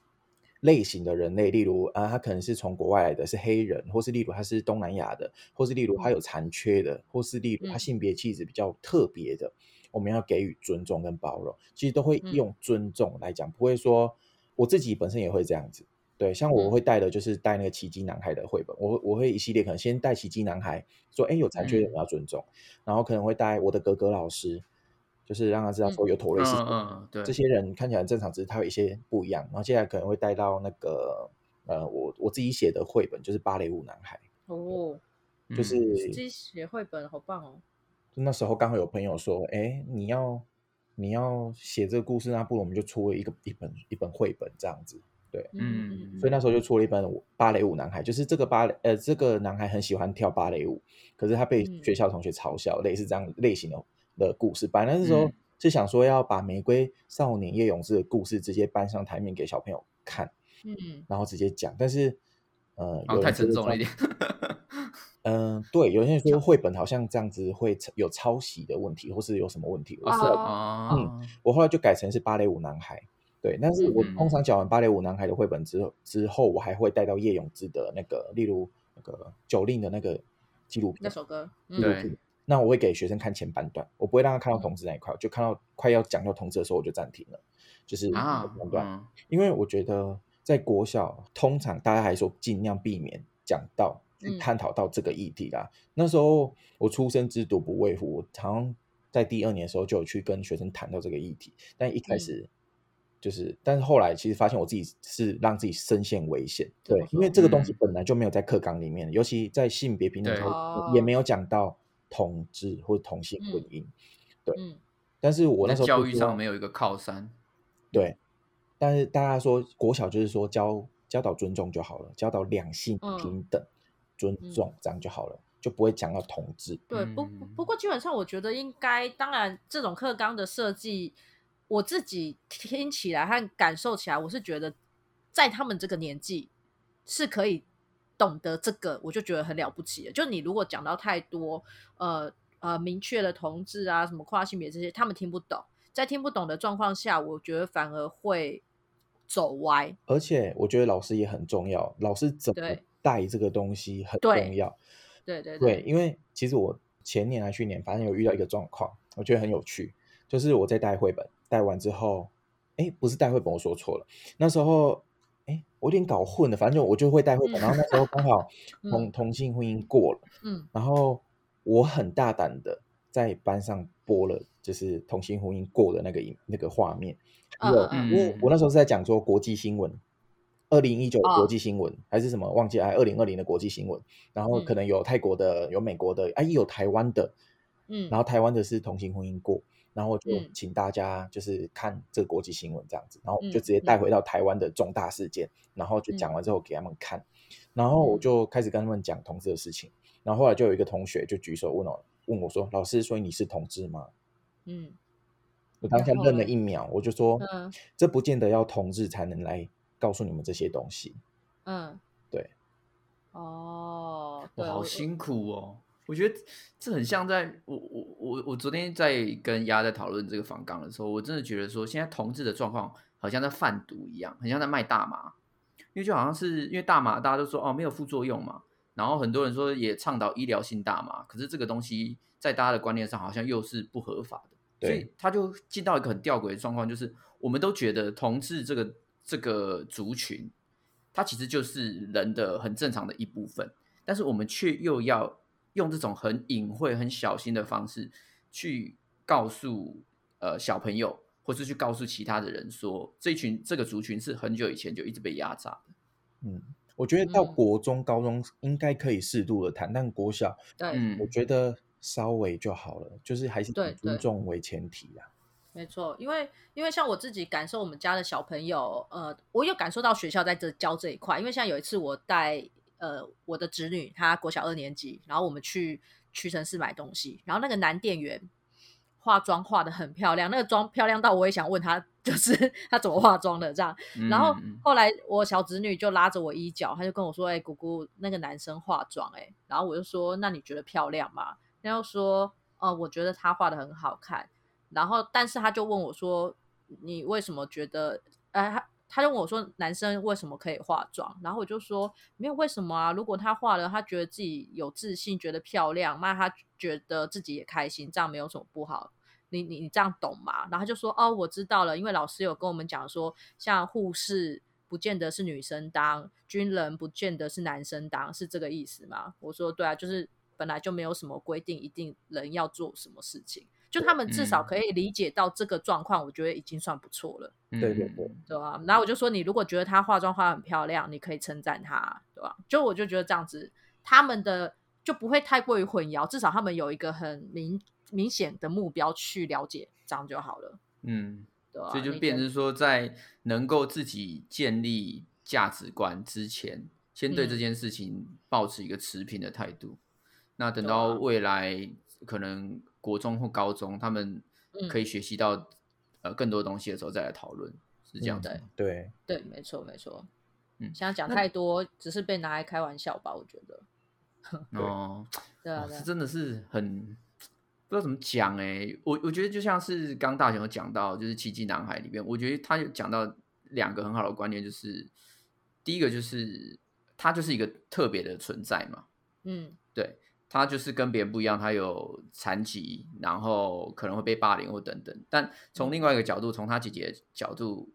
Speaker 3: 类型的人类，例如啊，他可能是从国外来的，是黑人，或是例如他是东南亚的，或是例如他有残缺的，或是例如他
Speaker 1: 嗯
Speaker 3: 性别气质比较特别的，我们要给予尊重跟包容，其实都会
Speaker 1: 嗯
Speaker 3: 用尊重来讲，不会说我自己本身也会这样子。对，像我
Speaker 1: 嗯
Speaker 3: 会带的就是带那个奇迹男孩的绘本，我我会一系列可能先带奇迹男孩，说，哎，有残缺的人
Speaker 2: 嗯
Speaker 3: 要尊重，然后可能会带我的格格老师，就是让他知道说有妥瑞氏
Speaker 2: 嗯
Speaker 3: 症
Speaker 2: 嗯，对
Speaker 3: 这，些人看起来很正常，只是他有一些不一样。然后接下来可能会带到那个呃，我我自己写的绘本就是芭蕾舞男孩，
Speaker 1: 哦，
Speaker 3: 就
Speaker 2: 嗯
Speaker 3: 是
Speaker 1: 这写绘本好棒哦。
Speaker 3: 那时候刚好有朋友说，哎，你要你要写这个故事，那不如我们就出了一个一本一本绘本这样子。
Speaker 2: 嗯
Speaker 3: 所以那时候就出了一本芭蕾舞男孩，就是这个芭蕾呃这个男孩很喜欢跳芭蕾舞，可是他被
Speaker 1: 嗯
Speaker 3: 学校同学嘲笑，类似这样类型的的故事。本来那时候
Speaker 2: 嗯
Speaker 3: 是想说要把《玫瑰少年叶永志》的故事直接搬上台面给小朋友看，
Speaker 1: 嗯
Speaker 3: 然后直接讲，但是呃
Speaker 2: 好像
Speaker 3: 有
Speaker 2: 哦太
Speaker 3: 人觉
Speaker 2: 沉
Speaker 3: 得
Speaker 2: 重
Speaker 3: 这
Speaker 2: 了
Speaker 3: 样
Speaker 2: 一点。
Speaker 3: 嗯、对，有些人说绘本好像这样子会有抄袭的问题，或是有什么问题，我
Speaker 1: 哦
Speaker 3: 是嗯
Speaker 1: 是
Speaker 2: 哦，
Speaker 3: 我后来就改成是芭蕾舞男孩。对，但是我
Speaker 1: 嗯
Speaker 3: 通常讲完芭蕾舞男孩的绘本之后，之后我还会带到叶永志的那个，例如那个九令的那个纪录
Speaker 1: 那
Speaker 3: 片。
Speaker 1: 首歌，嗯
Speaker 2: 对，
Speaker 3: 那我会给学生看前半段，我不会让他看到同志那一块，我就看到快要讲到同志的时候我就暂停了，就是
Speaker 2: 啊
Speaker 3: 前半，段，
Speaker 2: 嗯
Speaker 3: 因为我觉得在国小通常大家还说尽量避免讲到去
Speaker 1: 嗯
Speaker 3: 探讨到这个议题啦。那时候我出生之犊不畏虎，我好像在第二年的时候就有去跟学生谈到这个议题，但一开
Speaker 1: 嗯
Speaker 3: 始就是，但是后来其实发现我自己是让自己深陷危险，
Speaker 1: 怎
Speaker 3: 对
Speaker 1: 么，
Speaker 3: 因
Speaker 1: 说
Speaker 3: 为这个东西
Speaker 2: 嗯
Speaker 3: 本来就没有在课纲里面，尤其在性别平等
Speaker 2: 对
Speaker 3: 教育也
Speaker 1: 哦
Speaker 3: 没有讲到同志或同性婚
Speaker 1: 嗯
Speaker 3: 姻，
Speaker 1: 嗯
Speaker 3: 但是我那
Speaker 2: 在
Speaker 3: 时候啊
Speaker 2: 教
Speaker 3: 就
Speaker 2: 育
Speaker 3: 希
Speaker 2: 上
Speaker 3: 望
Speaker 2: 没有一个靠山。
Speaker 3: 对，但是大家说国小就是说教教导尊重就好了，教导两性
Speaker 1: 嗯
Speaker 3: 平等、尊
Speaker 1: 嗯
Speaker 3: 重这样就好了，就不会讲到同志。
Speaker 1: 对，不不
Speaker 3: 嗯
Speaker 1: 不过基本上我觉得应该，当然这种课纲的设计，我自己听起来和感受起来，我是觉得在他们这个年纪是可以懂得这个，我就觉得很了不起了。就你如果讲到太多，呃呃明确的同志啊，什么跨性别这些，他们听不懂，在听不懂的状况下，我觉得反而会走歪。
Speaker 3: 而且我觉得老师也很重要，老师怎么
Speaker 1: 对
Speaker 3: 带这个东西很
Speaker 1: 对
Speaker 3: 重要。
Speaker 1: 对对
Speaker 3: 对，，因为其实我前年还去年，反正有遇到一个状况，我觉得很有趣，就是我在带绘本，带完之后，哎，不是带绘本，我说错了，那时候，哎，我有点搞混了，反正我就会带绘本，
Speaker 1: 嗯
Speaker 3: 然后那时候刚好
Speaker 1: 嗯
Speaker 3: 同同性婚姻过了，
Speaker 1: 嗯
Speaker 3: 然后我很大胆的在班上播了，就是同性婚姻过的那个影那个画面，还有
Speaker 1: 嗯
Speaker 3: 因为
Speaker 2: 嗯
Speaker 3: 我那时候是在讲说国际新闻，二零一九
Speaker 1: 哦
Speaker 3: 国际新闻、还是什么忘记了，哎二零二零的国际新闻，然后可
Speaker 1: 嗯
Speaker 3: 能有泰国的，有美国的，哎、也有台湾的，
Speaker 1: 嗯，
Speaker 3: 然后台湾的是同性婚姻过，然后我就
Speaker 1: 嗯
Speaker 3: 请大家就是看这个国际新闻这样子，然后就
Speaker 1: 嗯
Speaker 3: 直接带
Speaker 1: 嗯
Speaker 3: 回到台湾的重大事件，然后就讲
Speaker 1: 嗯
Speaker 3: 完之后给他们看，然后我
Speaker 1: 嗯
Speaker 3: 就开始跟他们讲同志的事情，然后后来就有一个同学就举手问我问我说，老师，所以你是同志吗？
Speaker 1: 嗯
Speaker 3: 我当下
Speaker 1: 然后
Speaker 3: 愣了
Speaker 1: 嘞
Speaker 3: 一秒，我就说，
Speaker 1: 嗯
Speaker 3: 这不见得要同志才能来告诉你们这些东西。
Speaker 1: 嗯，
Speaker 3: 对，
Speaker 1: 哦，对，
Speaker 2: 哇，好
Speaker 1: 我
Speaker 2: 辛苦哦！我觉得这很像在我我我我昨天在跟丫在讨论这个访港的时候，我真的觉得说，现在同志的状况好像在贩毒一样，很像在卖大麻，因为就好像是因为大麻大家都说哦没有副作用嘛，然后很多人说也倡导医疗性大麻，可是这个东西在大家的观念上好像又是不合法的，所以
Speaker 3: 对
Speaker 2: 他就进到一个很吊诡的状况，就是我们都觉得同志这个这个族群，它其实就是人的很正常的一部分。但是我们却又要用这种很隐晦、很小心的方式去告诉呃小朋友，或是去告诉其他的人说，这群这个族群是很久以前就一直被压榨的。
Speaker 3: 嗯，我觉得到
Speaker 1: 嗯
Speaker 3: 国中、高中应该可以适度的谈，但国小
Speaker 1: 对，
Speaker 2: 嗯
Speaker 3: 我，觉得稍微就好了，就是还是以
Speaker 1: 对
Speaker 3: 尊
Speaker 1: 对
Speaker 3: 重为前提啊啦。
Speaker 1: 没错，因为因为像我自己感受我们家的小朋友，呃，我有感受到学校在这教这一块，因为像有一次我带呃我的侄女，她国小二年级，然后我们去屈臣氏买东西，然后那个男店员化妆化的很漂亮，那个妆漂亮到我也想问他，就是 他怎么化妆的这样，然后
Speaker 2: 嗯
Speaker 1: 后来我小侄女就拉着我衣角，她就跟我说：“哎、姑姑，那个男生化妆哎、然后我就说：“那你觉得漂亮吗？”然后说：“呃，我觉得他画的很好看。”然后但是他就问我说：“你为什么觉得？”呃，他他就问我说：“男生为什么可以化妆？”然后我就说：“没有为什么啊，如果他化了，他觉得自己有自信，觉得漂亮，那他觉得自己也开心，这样没有什么不好。你你你这样懂吗？然后他就说哦，我知道了，因为老师有跟我们讲说，像护士不见得是女生当，军人不见得是男生当，是这个意思吗？我说对啊，就是本来就没有什么规定，一定人要做什么事情，就他们至少
Speaker 2: 嗯
Speaker 1: 可以理解到这个状况，我觉得已经算不错了，
Speaker 2: 嗯
Speaker 3: 对对对，
Speaker 1: 对吧、然后我就说，你如果觉得她化妆化得很漂亮，你可以称赞她，对吧、啊就我就觉得这样子，他们的就不会太过于混淆，至少他们有一个很明明显的目标去了解，这样就好了。
Speaker 2: 嗯，
Speaker 1: 对啊，
Speaker 2: 所以就
Speaker 1: 你
Speaker 2: 变
Speaker 1: 跟
Speaker 2: 成说，在能够自己建立价值观之前，先对这
Speaker 1: 嗯
Speaker 2: 件事情保持一个持平的态度。那等
Speaker 1: 对
Speaker 2: 到
Speaker 1: 啊
Speaker 2: 未来可能国中或高中，他们可
Speaker 1: 嗯
Speaker 2: 以学习到、呃更多东西的时候再来讨论，是这样子
Speaker 1: 嗯
Speaker 2: 吗。
Speaker 3: 对，
Speaker 1: 对，没错没错。
Speaker 2: 嗯
Speaker 1: 现在讲太多，只是被拿来开玩笑吧，我觉得。
Speaker 3: 对
Speaker 2: 哦，
Speaker 1: 啊对啊，
Speaker 2: 哇
Speaker 1: 对
Speaker 2: 这
Speaker 1: 啊，
Speaker 2: 真的是很不知道怎么讲哎、我我觉得就像是刚大雄有讲到，就是《奇迹男孩》里面，我觉得他有讲到两个很好的观念，就是第一个就是他就是一个特别的存在嘛，
Speaker 1: 嗯
Speaker 2: 对他就是跟别人不一样，他有残疾，然后可能会被霸凌或等等。但从
Speaker 1: 嗯
Speaker 2: 另外一个角度，从他姐姐的角度，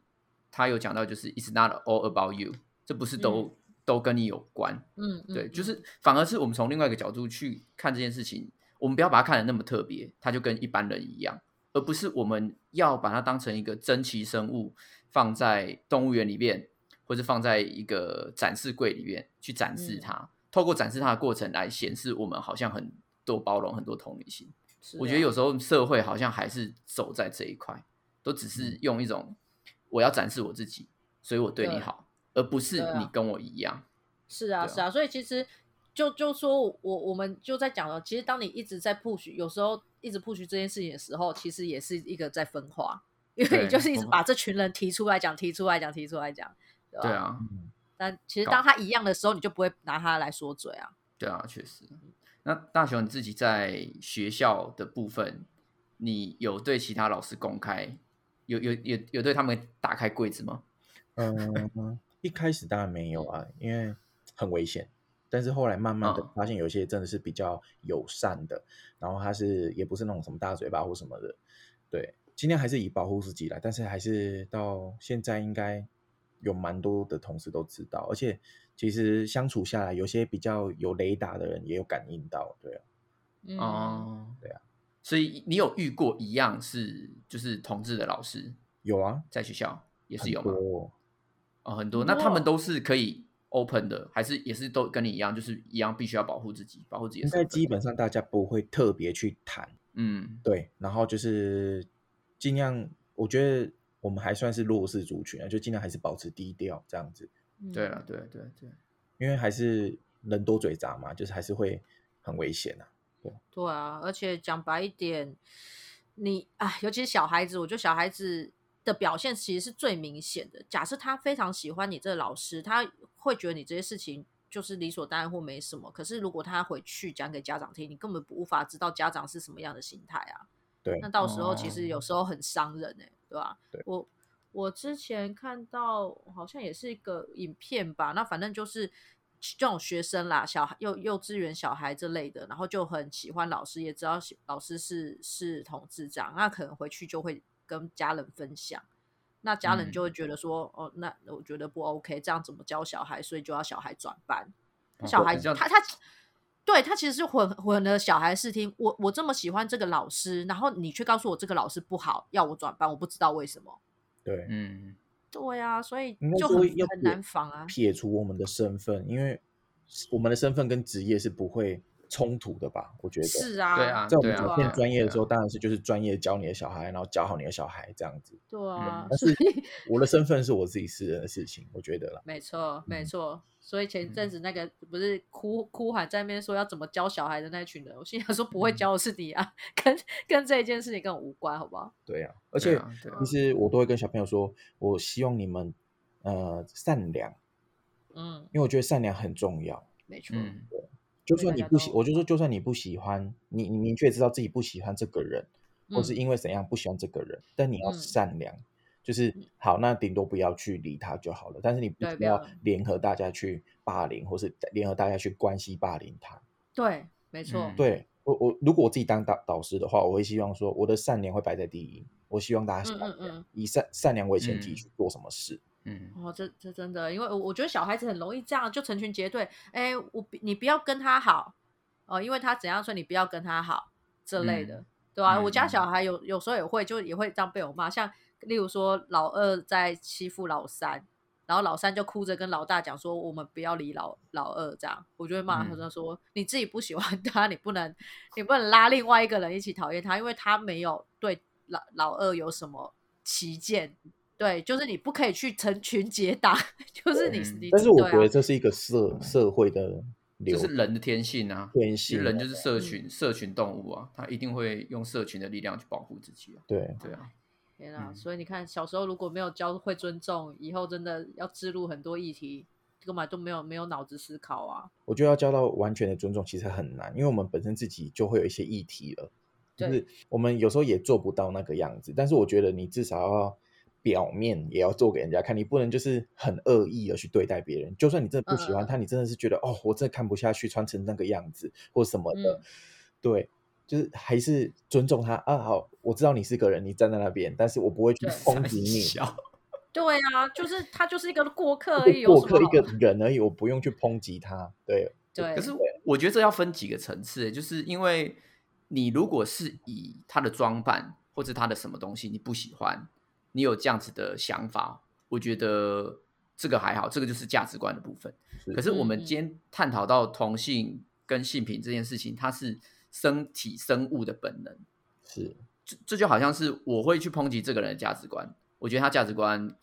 Speaker 2: 他有讲到就是 "It's not all about you"，这不是都、都跟你有关。
Speaker 1: 嗯，嗯
Speaker 2: 对，就
Speaker 1: 嗯
Speaker 2: 是反而是我们从另外一个角度去看这件事情，我们不要把它看得那么特别，它就跟一般人一样，而不是我们要把它当成一个珍奇生物放在动物园里面，或者放在一个展示柜里面去展示
Speaker 1: 嗯
Speaker 2: 它，透过展示它的过程来显示我们好像很多包容、很多同理心。
Speaker 1: 是
Speaker 2: 我觉
Speaker 1: 啊
Speaker 2: 得有时候社会好像还是走在这一块，都只
Speaker 1: 嗯
Speaker 2: 是用一种我要展示我自己，所以我对你
Speaker 1: 对
Speaker 2: 好，而不是
Speaker 1: 对啊
Speaker 2: 你跟我一样。
Speaker 1: 是啊，
Speaker 2: 对啊
Speaker 1: 是啊，所以其实就就说我我们就在讲了，其实当你一直在 push，有时候一直 push 这件事情的时候，其实也是一个在分化，因为
Speaker 2: 对
Speaker 1: 你就是一
Speaker 2: 我
Speaker 1: 直把这群人提出来讲，提出来讲，提出来讲，对吧？
Speaker 2: 对啊，
Speaker 3: 嗯，
Speaker 1: 但其实
Speaker 2: 搞
Speaker 1: 当他一样的时候，你就不会拿他来说嘴啊。
Speaker 2: 对啊，确实。那大雄你自己在学校的部分，你有对其他老师公开，有有有有对他们打开柜子吗？
Speaker 3: 嗯， 一开始当然没有啊，因为很危险。但是后来慢慢的
Speaker 2: 嗯
Speaker 3: 发现，有些真的是比较友善的，然后他是也不是那种什么大嘴巴或什么的，对，尽量还是以保护自己啦。但是还是到现在应该有蛮多的同事都知道，而且其实相处下来，有些比较有雷达的人也有感应到，对啊，
Speaker 1: 嗯，
Speaker 2: 哦、
Speaker 3: 对啊。
Speaker 2: 所以你有遇过一样是就是同志的老师
Speaker 3: 有啊，
Speaker 2: 在学校也是
Speaker 3: 很
Speaker 2: 有吗？
Speaker 3: 多哦
Speaker 2: 哦，很多。
Speaker 1: 很多
Speaker 2: 那他们
Speaker 1: 哦
Speaker 2: 都是可以 open 的，还是也是都跟你一样，就是一样必须要保护自己，保护自己的
Speaker 3: 应
Speaker 2: 身
Speaker 3: 该
Speaker 2: 份？
Speaker 3: 基本上大家不会特别去谈，
Speaker 2: 嗯，
Speaker 3: 对，然后就是尽量，我觉得我们还算是弱势族群啊，就尽量还是保持低调这样子，
Speaker 1: 嗯
Speaker 2: 对了，对对对。
Speaker 3: 因为还是人多嘴杂嘛，就是还是会很危险啊。
Speaker 1: 对啊，而且讲白一点，你啊，尤其是小孩子，我觉得小孩子的表现其实是最明显的。假设他非常喜欢你这个老师，他会觉得你这些事情就是理所当然或没什么。可是如果他回去讲给家长听，你根本无法知道家长是什么样的心态啊。
Speaker 3: 对
Speaker 1: 那到时候其实
Speaker 2: 哦
Speaker 1: 有时候很伤人哎、对吧、
Speaker 3: 对
Speaker 1: 我我之前看到好像也是一个影片吧，那反正就是这种学生啦，小孩幼幼稚园小孩这类的，然后就很喜欢老师，也知道喜老师是是同志这样，那可能回去就会跟家人分享。那家人就
Speaker 2: 嗯
Speaker 1: 会觉得说，哦，那我觉得不 OK，这样怎么教小孩？所以就要小孩转班。
Speaker 2: 哦
Speaker 1: 小孩
Speaker 2: 比较
Speaker 1: 他他，对他其实是混混了小孩视听。我我这么喜欢这个老师，然后你却告诉我这个老师不好，要我转班，我不知道为什么。
Speaker 3: 对，
Speaker 2: 嗯，
Speaker 1: 对啊，所以
Speaker 3: 应该
Speaker 1: 就
Speaker 3: 说
Speaker 1: 很
Speaker 3: 要
Speaker 1: 很
Speaker 3: 撇
Speaker 1: 难防啊。
Speaker 3: 撇除我们的身份，因为我们的身份跟职业是不会冲突的吧？我觉得，
Speaker 1: 是啊，
Speaker 2: 对啊
Speaker 3: 在我
Speaker 2: 对
Speaker 3: 们
Speaker 2: 啊
Speaker 3: 表
Speaker 1: 对
Speaker 3: 现
Speaker 1: 啊
Speaker 3: 专业的时候，
Speaker 2: 对啊
Speaker 3: 当然是就是专业教你的小孩，然后教好你的小孩这样子。
Speaker 1: 对啊，
Speaker 3: 嗯但
Speaker 1: 所
Speaker 3: 是
Speaker 1: 以
Speaker 3: 我的身份是我自己私人的事情，我觉得啦。
Speaker 1: 没错没
Speaker 3: 嗯
Speaker 1: 错。所以前阵子那个不是哭哭喊在那边说要怎么教小孩的那群人，我心想说不会
Speaker 2: 嗯
Speaker 1: 教的是你啊， 跟跟这一件事情跟我无关，好不好？
Speaker 3: 对呀、而
Speaker 2: 对
Speaker 3: 且
Speaker 2: 啊对啊
Speaker 3: 其实我都会跟小朋友说，我希望你们呃善良，
Speaker 1: 嗯，
Speaker 3: 因为我觉得善良很重要。
Speaker 1: 没错，
Speaker 2: 嗯，
Speaker 3: 就
Speaker 1: 对
Speaker 3: 算
Speaker 1: 大
Speaker 3: 你
Speaker 1: 家
Speaker 3: 不喜，
Speaker 1: 都嗯
Speaker 3: 我就说，就算你不喜欢，你你明确知道自己不喜欢这个人，或是
Speaker 1: 嗯
Speaker 3: 因为怎样不喜欢这个人，但你要
Speaker 1: 嗯
Speaker 3: 善良，就是好，那顶多不要去理他就好了。但是你不
Speaker 1: 对
Speaker 3: 需
Speaker 1: 不
Speaker 3: 要
Speaker 1: 要
Speaker 3: 联合大家去霸凌，或是联合大家去关系霸凌他。
Speaker 1: 嗯对，没错。
Speaker 2: 嗯
Speaker 3: 对我，我如果我自己当导导师的话，我会希望说我的善良会摆在第一，我希望大家善良，
Speaker 1: 嗯嗯嗯
Speaker 3: 以善善良为前提
Speaker 2: 嗯
Speaker 3: 去做什么事。
Speaker 2: 嗯，
Speaker 1: 哦，这这真的，因为我我觉得小孩子很容易这样，就成群结队。哎，我比你不要跟他好哦，因为他怎样，所以你不要跟他好这类的，
Speaker 2: 嗯
Speaker 1: 对吧、
Speaker 2: 嗯
Speaker 1: 我家
Speaker 2: 嗯
Speaker 1: 小孩有有时候也会，就也会这样被我骂，像例如说老二在欺负老三，然后老三就哭着跟老大讲说，我们不要理老老二这样，我就会骂他
Speaker 2: 嗯
Speaker 1: 说说、你自己不喜欢他，你不能你不能拉另外一个人一起讨厌他，因为他没有对老老二有什么旗舰，对，就是你不可以去成群结党， 就是你
Speaker 2: 嗯
Speaker 1: 你
Speaker 3: 但是我
Speaker 1: 对啊
Speaker 3: 觉得这是一个社社会的
Speaker 2: 这
Speaker 3: 流
Speaker 2: 是人的天性啊，其
Speaker 3: 天性
Speaker 2: 实
Speaker 3: 啊，
Speaker 2: 人就是
Speaker 1: 嗯
Speaker 2: 社群社群动物啊，他一定会用社群的力量去保护自己啊。
Speaker 3: 对，
Speaker 2: 对啊，
Speaker 1: 天啊！
Speaker 2: 嗯
Speaker 1: 所以你看，小时候如果没有教会尊重，以后真的要置入很多议题，根本就没有没有脑子思考啊。
Speaker 3: 我觉得要交到完全的尊重其实很难，因为我们本身自己就会有一些议题了，就
Speaker 1: 对
Speaker 3: 是我们有时候也做不到那个样子。但是我觉得你至少要表面也要做给人家看，你不能就是很恶意的去对待别人。就算你真的不喜
Speaker 1: 嗯
Speaker 3: 欢他，你真的是觉得哦，我真的看不下去，穿成那个样子或什么的，
Speaker 1: 嗯
Speaker 3: 对。就是还是尊重他啊，好，我知道你是个人，你站在那边，但是我不会去
Speaker 1: 哦 对
Speaker 3: 攻击你，
Speaker 2: 小
Speaker 1: 对啊，就是他就是一个过客而已，
Speaker 3: 一个
Speaker 1: 有
Speaker 3: 过
Speaker 1: 什么
Speaker 3: 客一
Speaker 1: 好？
Speaker 3: 个人而已，我不用去抨击他，对，
Speaker 1: 对，
Speaker 2: 可是我觉得这要分几个层次欸，就是因为你如果是以他的装扮或者他的什么东西你不喜欢，你有这样子的想法，我觉得这个还好，这个就是价值观的部分。
Speaker 3: 是
Speaker 2: 可是我
Speaker 1: 嗯
Speaker 2: 们
Speaker 1: 嗯
Speaker 2: 今天探讨到同性跟性平这件事情，它是身体生物的本能，
Speaker 3: 是
Speaker 2: 这这就好像是我会去抨击这个人的价值观，我觉得他价值观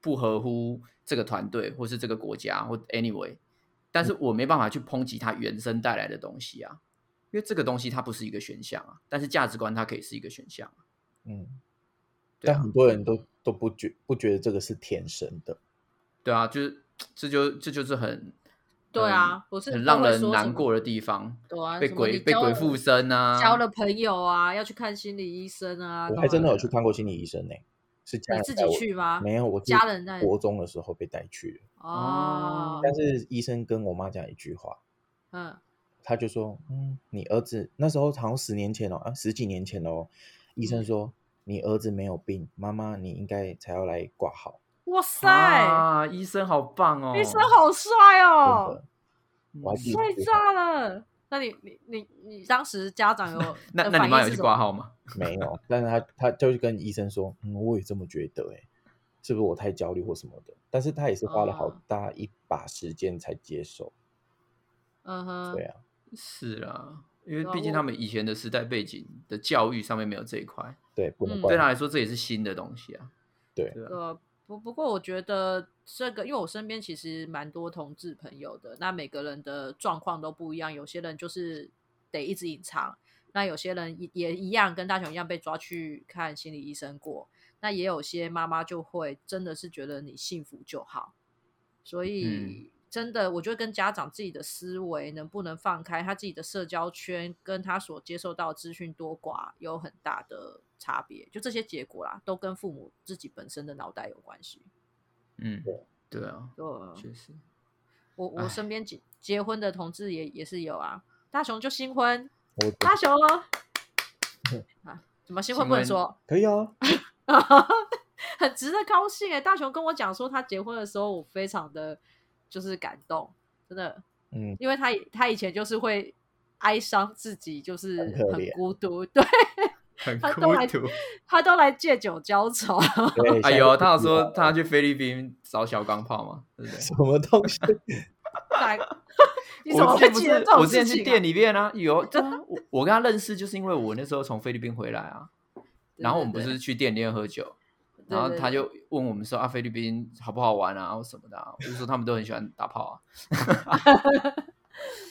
Speaker 2: 不合乎这个团队或是这个国家或 anyway，但
Speaker 3: 嗯
Speaker 2: 是我没办法去抨击他原生带来的东西啊，因为这个东西它不是一个选项啊，但是价值观它可以是一个选项啊，
Speaker 3: 嗯，
Speaker 2: 对
Speaker 3: 但
Speaker 2: 啊
Speaker 3: 很，多人都都不觉不觉得这个是天生的，
Speaker 2: 对啊，就是这就这就是很
Speaker 1: 对啊
Speaker 2: 很，
Speaker 1: 不是
Speaker 2: 很
Speaker 1: 都
Speaker 2: 让
Speaker 1: 会
Speaker 2: 人
Speaker 1: 说什
Speaker 2: 难
Speaker 1: 么
Speaker 2: 过的地方，
Speaker 1: 对啊，
Speaker 2: 被
Speaker 1: 什么
Speaker 2: 鬼
Speaker 1: 你
Speaker 2: 被
Speaker 1: 交
Speaker 2: 鬼
Speaker 1: 了
Speaker 2: 附身啊，
Speaker 1: 交了朋友啊，要去看心理医生啊，
Speaker 3: 我
Speaker 1: 干
Speaker 3: 还真
Speaker 1: 嘛
Speaker 3: 的有去看过心理医生呢、是家
Speaker 1: 你
Speaker 3: 人
Speaker 1: 自
Speaker 3: 带
Speaker 1: 己
Speaker 3: 我
Speaker 1: 去吗？
Speaker 3: 没有，我自己
Speaker 1: 家人带
Speaker 3: 国中的时候被带去的，
Speaker 1: 哦，
Speaker 3: 但是医生跟我妈讲一句话，
Speaker 1: 嗯，
Speaker 3: 他就说，嗯，你儿子那时候好像十年前哦，啊，十几年前哦，医
Speaker 1: 嗯
Speaker 3: 生说你儿子没有病，妈妈你应该才要来挂号，
Speaker 1: 哇塞，
Speaker 2: 啊，医生好棒哦，
Speaker 1: 医生好帅
Speaker 3: 真
Speaker 1: 哦
Speaker 3: 的，，我还记得
Speaker 1: 帅
Speaker 3: 这句话
Speaker 1: 炸了！那你你你你当时家长有
Speaker 2: 那
Speaker 1: 的
Speaker 2: 那你
Speaker 1: 反
Speaker 2: 妈
Speaker 1: 应
Speaker 2: 有
Speaker 1: 是
Speaker 2: 去
Speaker 1: 什
Speaker 2: 挂
Speaker 1: 么？
Speaker 2: 号吗？
Speaker 3: 没有，但是他他就是跟医生说，嗯，我也这么觉得、欸，是不是我太焦虑或什么的？但是他也是花了好
Speaker 1: 哦
Speaker 3: 大一把时间才接受，
Speaker 1: 嗯哼，
Speaker 3: 对啊，
Speaker 2: 是啊，因为
Speaker 1: 对啊
Speaker 2: 毕竟
Speaker 1: 我
Speaker 2: 他们以前的时代背景的教育上面没有这一块，
Speaker 3: 对，不能
Speaker 1: 嗯
Speaker 3: 怪
Speaker 2: 对啊
Speaker 3: 他，
Speaker 2: 他来说这也是新的东西啊。
Speaker 3: 对
Speaker 2: 对啊，
Speaker 1: 呃，不不过我觉得这个，因为我身边其实蛮多同志朋友的，那每个人的状况都不一样，有些人就是得一直隐藏，那有些人也也一样跟大雄一样被抓去看心理医生过，那也有些妈妈就会真的是觉得你幸福就好，
Speaker 2: 嗯
Speaker 1: 所以。真的，我觉得跟家长自己的思维能不能放开，他自己的社交圈跟他所接受到的资讯多寡有很大的差别。就这些结果啦，都跟父母自己本身的脑袋有关系。
Speaker 2: 嗯，对啊，
Speaker 1: 对啊，
Speaker 2: 确实，
Speaker 1: 我
Speaker 2: 唉
Speaker 1: 我身边结结婚的同志也也是有啊，大雄就新婚，
Speaker 3: 我
Speaker 1: 大雄 哦啊，怎么新婚
Speaker 2: 新
Speaker 1: 不能
Speaker 2: 婚
Speaker 1: 说？
Speaker 3: 可以啊，
Speaker 1: 很值得高兴哎、大雄跟我讲说，他结婚的时候，我非常的就是感动，真的，
Speaker 3: 嗯，
Speaker 1: 因为他以他以前就是会哀伤自己，就是
Speaker 3: 很可
Speaker 1: 很
Speaker 3: 怜
Speaker 1: 孤独，对
Speaker 2: 很
Speaker 1: 他
Speaker 2: 孤
Speaker 1: 都来
Speaker 2: 独。
Speaker 1: 他都来借酒浇愁。
Speaker 3: 对，
Speaker 2: 哎
Speaker 3: 下一
Speaker 2: 呦，
Speaker 3: 个
Speaker 2: 他有
Speaker 3: 题
Speaker 2: 说
Speaker 3: 吧
Speaker 2: 他去菲律宾找小钢炮嘛，对不对？
Speaker 3: 什么东西，
Speaker 1: 来， 你怎么
Speaker 2: 我之
Speaker 1: 会
Speaker 2: 前不
Speaker 1: 记
Speaker 2: 是
Speaker 1: 得这，种
Speaker 2: 我之前
Speaker 1: 事
Speaker 2: 去
Speaker 1: 情、
Speaker 2: 店
Speaker 1: 啊？
Speaker 2: 里面啊，有对啊，我我跟他认识就是因为我那时候从菲律宾回来啊，然后我们不
Speaker 1: 对
Speaker 2: 是去店里面喝酒，
Speaker 1: 对
Speaker 2: 然后
Speaker 1: 对
Speaker 2: 他
Speaker 1: 对
Speaker 2: 就问我们说啊，菲律宾好不好玩啊，或什么的、啊，我就说他们都很喜欢打炮啊。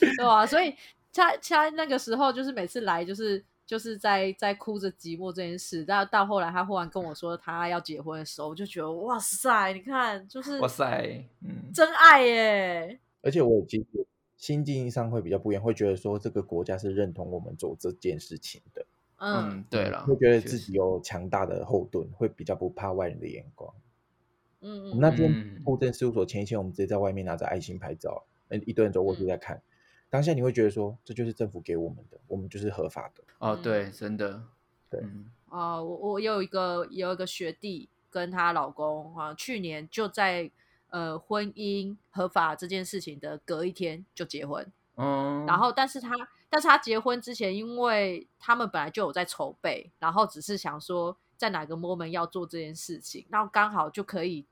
Speaker 1: 对啊，所以他他那个时候就是每次来就是就是在在哭着寂寞这件事，但到后来他忽然跟我说他要结婚的时候，我就觉得哇塞，你看就是
Speaker 2: 啊 哇塞，嗯，
Speaker 1: 真爱欸耶！
Speaker 3: 而且我其实心境上会比较不一样，会觉得说这个国家是认同我们做这件事情的，
Speaker 1: 嗯
Speaker 2: 嗯，对了，
Speaker 3: 会觉得
Speaker 2: 确
Speaker 3: 自
Speaker 2: 实
Speaker 3: 己有强大的后盾，会比较不怕外人的眼光。
Speaker 1: 嗯
Speaker 3: 我
Speaker 1: 嗯，
Speaker 3: 们那边
Speaker 2: 嗯
Speaker 3: 户政事务所前一天，我们直接在外面拿着爱心拍照，嗯，一堆人走过去
Speaker 1: 嗯
Speaker 3: 在看。当下你会觉得说，这就是政府给我们的，我们就是合法的。
Speaker 2: 哦，
Speaker 1: 嗯
Speaker 2: 对，真的，
Speaker 3: 对
Speaker 2: 嗯
Speaker 1: 啊，我我有一个有一个学弟跟她老公啊，去年就在呃婚姻合法这件事情的隔一天就结婚，
Speaker 2: 嗯，
Speaker 1: 然后但是他但是他结婚之前，因为他们本来就有在筹备，然后只是想说在哪个 moment 要做这件事情，然后刚好就可以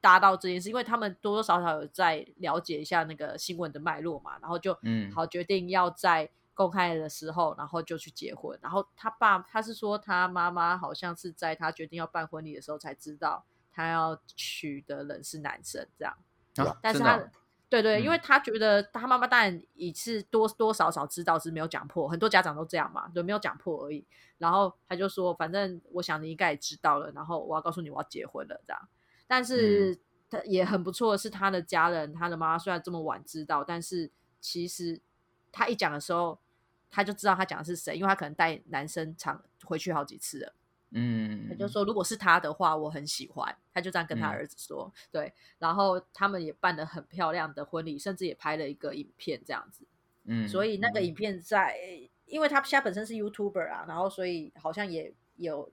Speaker 1: 搭到这件事，因为他们多多少少有在了解一下那个新闻的脉络嘛，然后就
Speaker 2: 嗯
Speaker 1: 好决定要在公开的时候，然后就去结婚。然后他爸他是说他妈妈好像是在他决定要办婚礼的时候才知道他要娶的人是男生这样，
Speaker 2: 啊
Speaker 1: 但是
Speaker 2: 真的
Speaker 1: 他。
Speaker 2: 哦
Speaker 1: 对对，因为
Speaker 2: 嗯
Speaker 1: 他觉得他妈妈当然也是多多少少知道，只是没有讲破。很多家长都这样嘛，就没有讲破而已。然后他就说，反正我想你应该也知道了，然后我要告诉你我要结婚了这样。但
Speaker 2: 嗯
Speaker 1: 是他也很不错，是他的家人，他的妈妈虽然这么晚知道，但是其实他一讲的时候，他就知道他讲的是谁，因为他可能带男生常回去好几次了。
Speaker 2: 嗯，
Speaker 1: 他就说，如果是他的话，我很喜欢。他就这样跟他
Speaker 2: 嗯
Speaker 1: 儿子说，对。然后他们也办了很漂亮的婚礼，甚至也拍了一个影片这样子。
Speaker 2: 嗯，
Speaker 1: 所以那个影片在，因为他现在本身是 YouTuber 啊，然后所以好像也有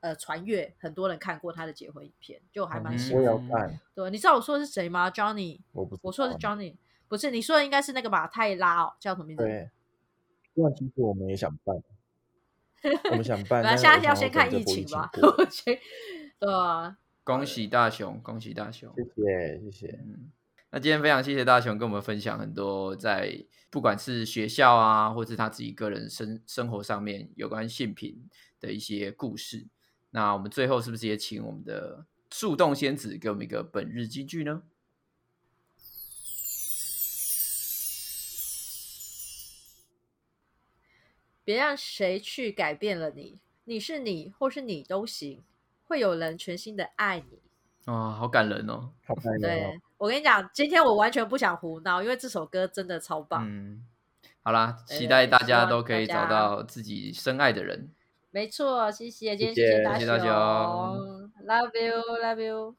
Speaker 1: 呃传阅，很多人看过他的结婚影片，就还蛮
Speaker 3: 嗯
Speaker 1: 喜
Speaker 3: 我
Speaker 1: 欢
Speaker 3: 也
Speaker 1: 的。
Speaker 3: 要看，
Speaker 1: 对，你知道我说的是谁吗？Johnny，
Speaker 3: 我不知道
Speaker 1: 我说的是 Johnny，不是你说的应该是那个马泰拉哦，叫什么名字？
Speaker 3: 对，不然其实我们也想办，我们想
Speaker 1: 反
Speaker 3: 办，
Speaker 1: 正
Speaker 3: 但是
Speaker 1: 现
Speaker 3: 我
Speaker 1: 在
Speaker 3: 想
Speaker 1: 要先
Speaker 3: 等
Speaker 1: 看
Speaker 3: 这
Speaker 1: 疫
Speaker 3: 波
Speaker 1: 情吧，
Speaker 3: 过
Speaker 1: 我先对啊，
Speaker 2: 恭喜大雄，恭喜大雄。
Speaker 3: 谢谢谢谢，
Speaker 2: 嗯，那今天非常谢谢大雄跟我们分享很多在不管是学校啊，或是他自己个人生生活上面有关性品的一些故事。那我们最后是不是也请我们的树洞仙子给我们一个本日金句呢？
Speaker 1: 别让谁去改变了你，你是你，或是你都行，会有人全心的爱你。
Speaker 2: 啊、好感人哦。
Speaker 3: 好看
Speaker 1: 对我跟你讲，今天我完全不想胡闹，因为这首歌真的超棒。
Speaker 2: 嗯，好啦，
Speaker 1: 对
Speaker 2: 期待大
Speaker 1: 希
Speaker 2: 家
Speaker 1: 望
Speaker 2: 都可以
Speaker 1: 大家
Speaker 2: 找到自己深爱的人。
Speaker 1: 没错，谢谢，今天
Speaker 3: 谢谢
Speaker 1: 大
Speaker 2: 谢
Speaker 1: 雄
Speaker 2: 谢大雄
Speaker 1: ，Love you，Love you。